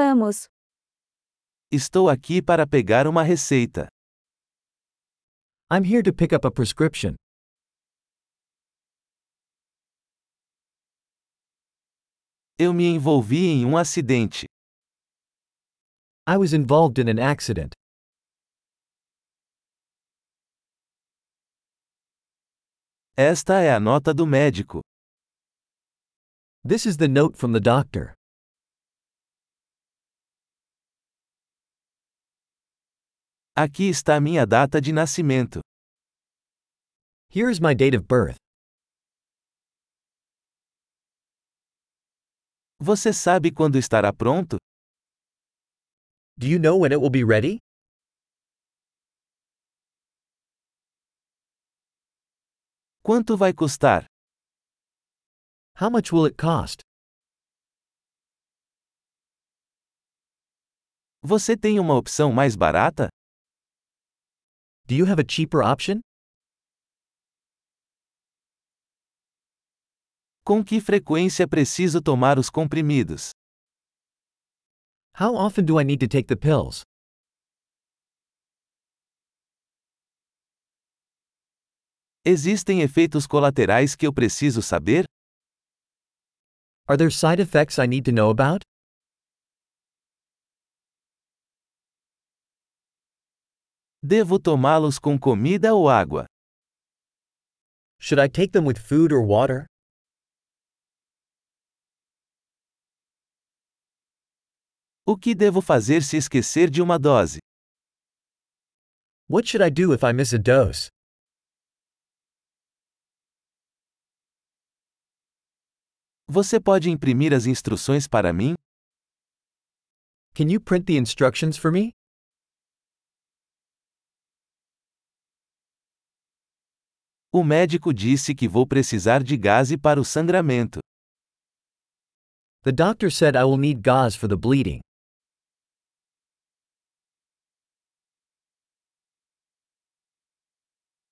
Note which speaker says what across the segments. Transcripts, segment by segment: Speaker 1: vamos.
Speaker 2: Estou aqui para pegar uma receita.
Speaker 3: I'm here to pick up a prescription.
Speaker 2: Eu me envolvi em um acidente.
Speaker 3: I was involved in an accident.
Speaker 2: Esta é a nota do médico.
Speaker 3: This is the note from the doctor.
Speaker 2: Aqui está minha data de nascimento.
Speaker 3: Here is my date of birth.
Speaker 2: Você sabe quando estará pronto?
Speaker 3: Do you know when it will be ready?
Speaker 2: Quanto vai custar?
Speaker 3: How much will it cost?
Speaker 2: Você tem uma opção mais barata?
Speaker 3: Do you have a cheaper option?
Speaker 2: Com que frequência preciso tomar os comprimidos?
Speaker 3: How often do I need to take the pills?
Speaker 2: Existem efeitos colaterais que eu preciso saber?
Speaker 3: Are there side effects I need to know about?
Speaker 2: Devo tomá-los com comida ou água?
Speaker 3: Should I take them with food or water?
Speaker 2: O que devo fazer se esquecer de uma dose?
Speaker 3: What should I do if I miss a dose?
Speaker 2: Você pode imprimir as instruções para mim?
Speaker 3: Can you print the instructions for me?
Speaker 2: O médico disse que vou precisar de gaze para o sangramento.
Speaker 3: The doctor said I will need gauze for the bleeding.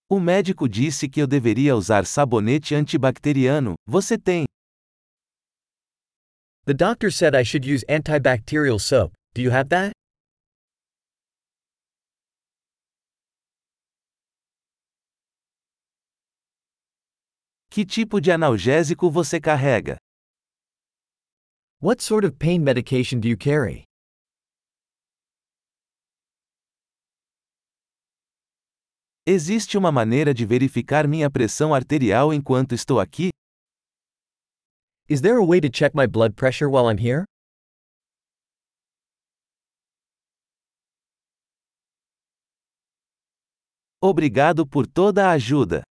Speaker 2: O médico disse que eu deveria usar sabonete antibacteriano. Você tem?
Speaker 3: The doctor said I should use antibacterial soap. Do you have that?
Speaker 2: Que tipo de analgésico você carrega?
Speaker 3: What sort of pain medication do you carry?
Speaker 2: Existe uma maneira de verificar minha pressão arterial enquanto estou aqui?
Speaker 3: Is there a way to check my blood pressure while I'm here?
Speaker 2: Obrigado por toda a ajuda.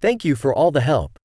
Speaker 3: Thank you for all the help.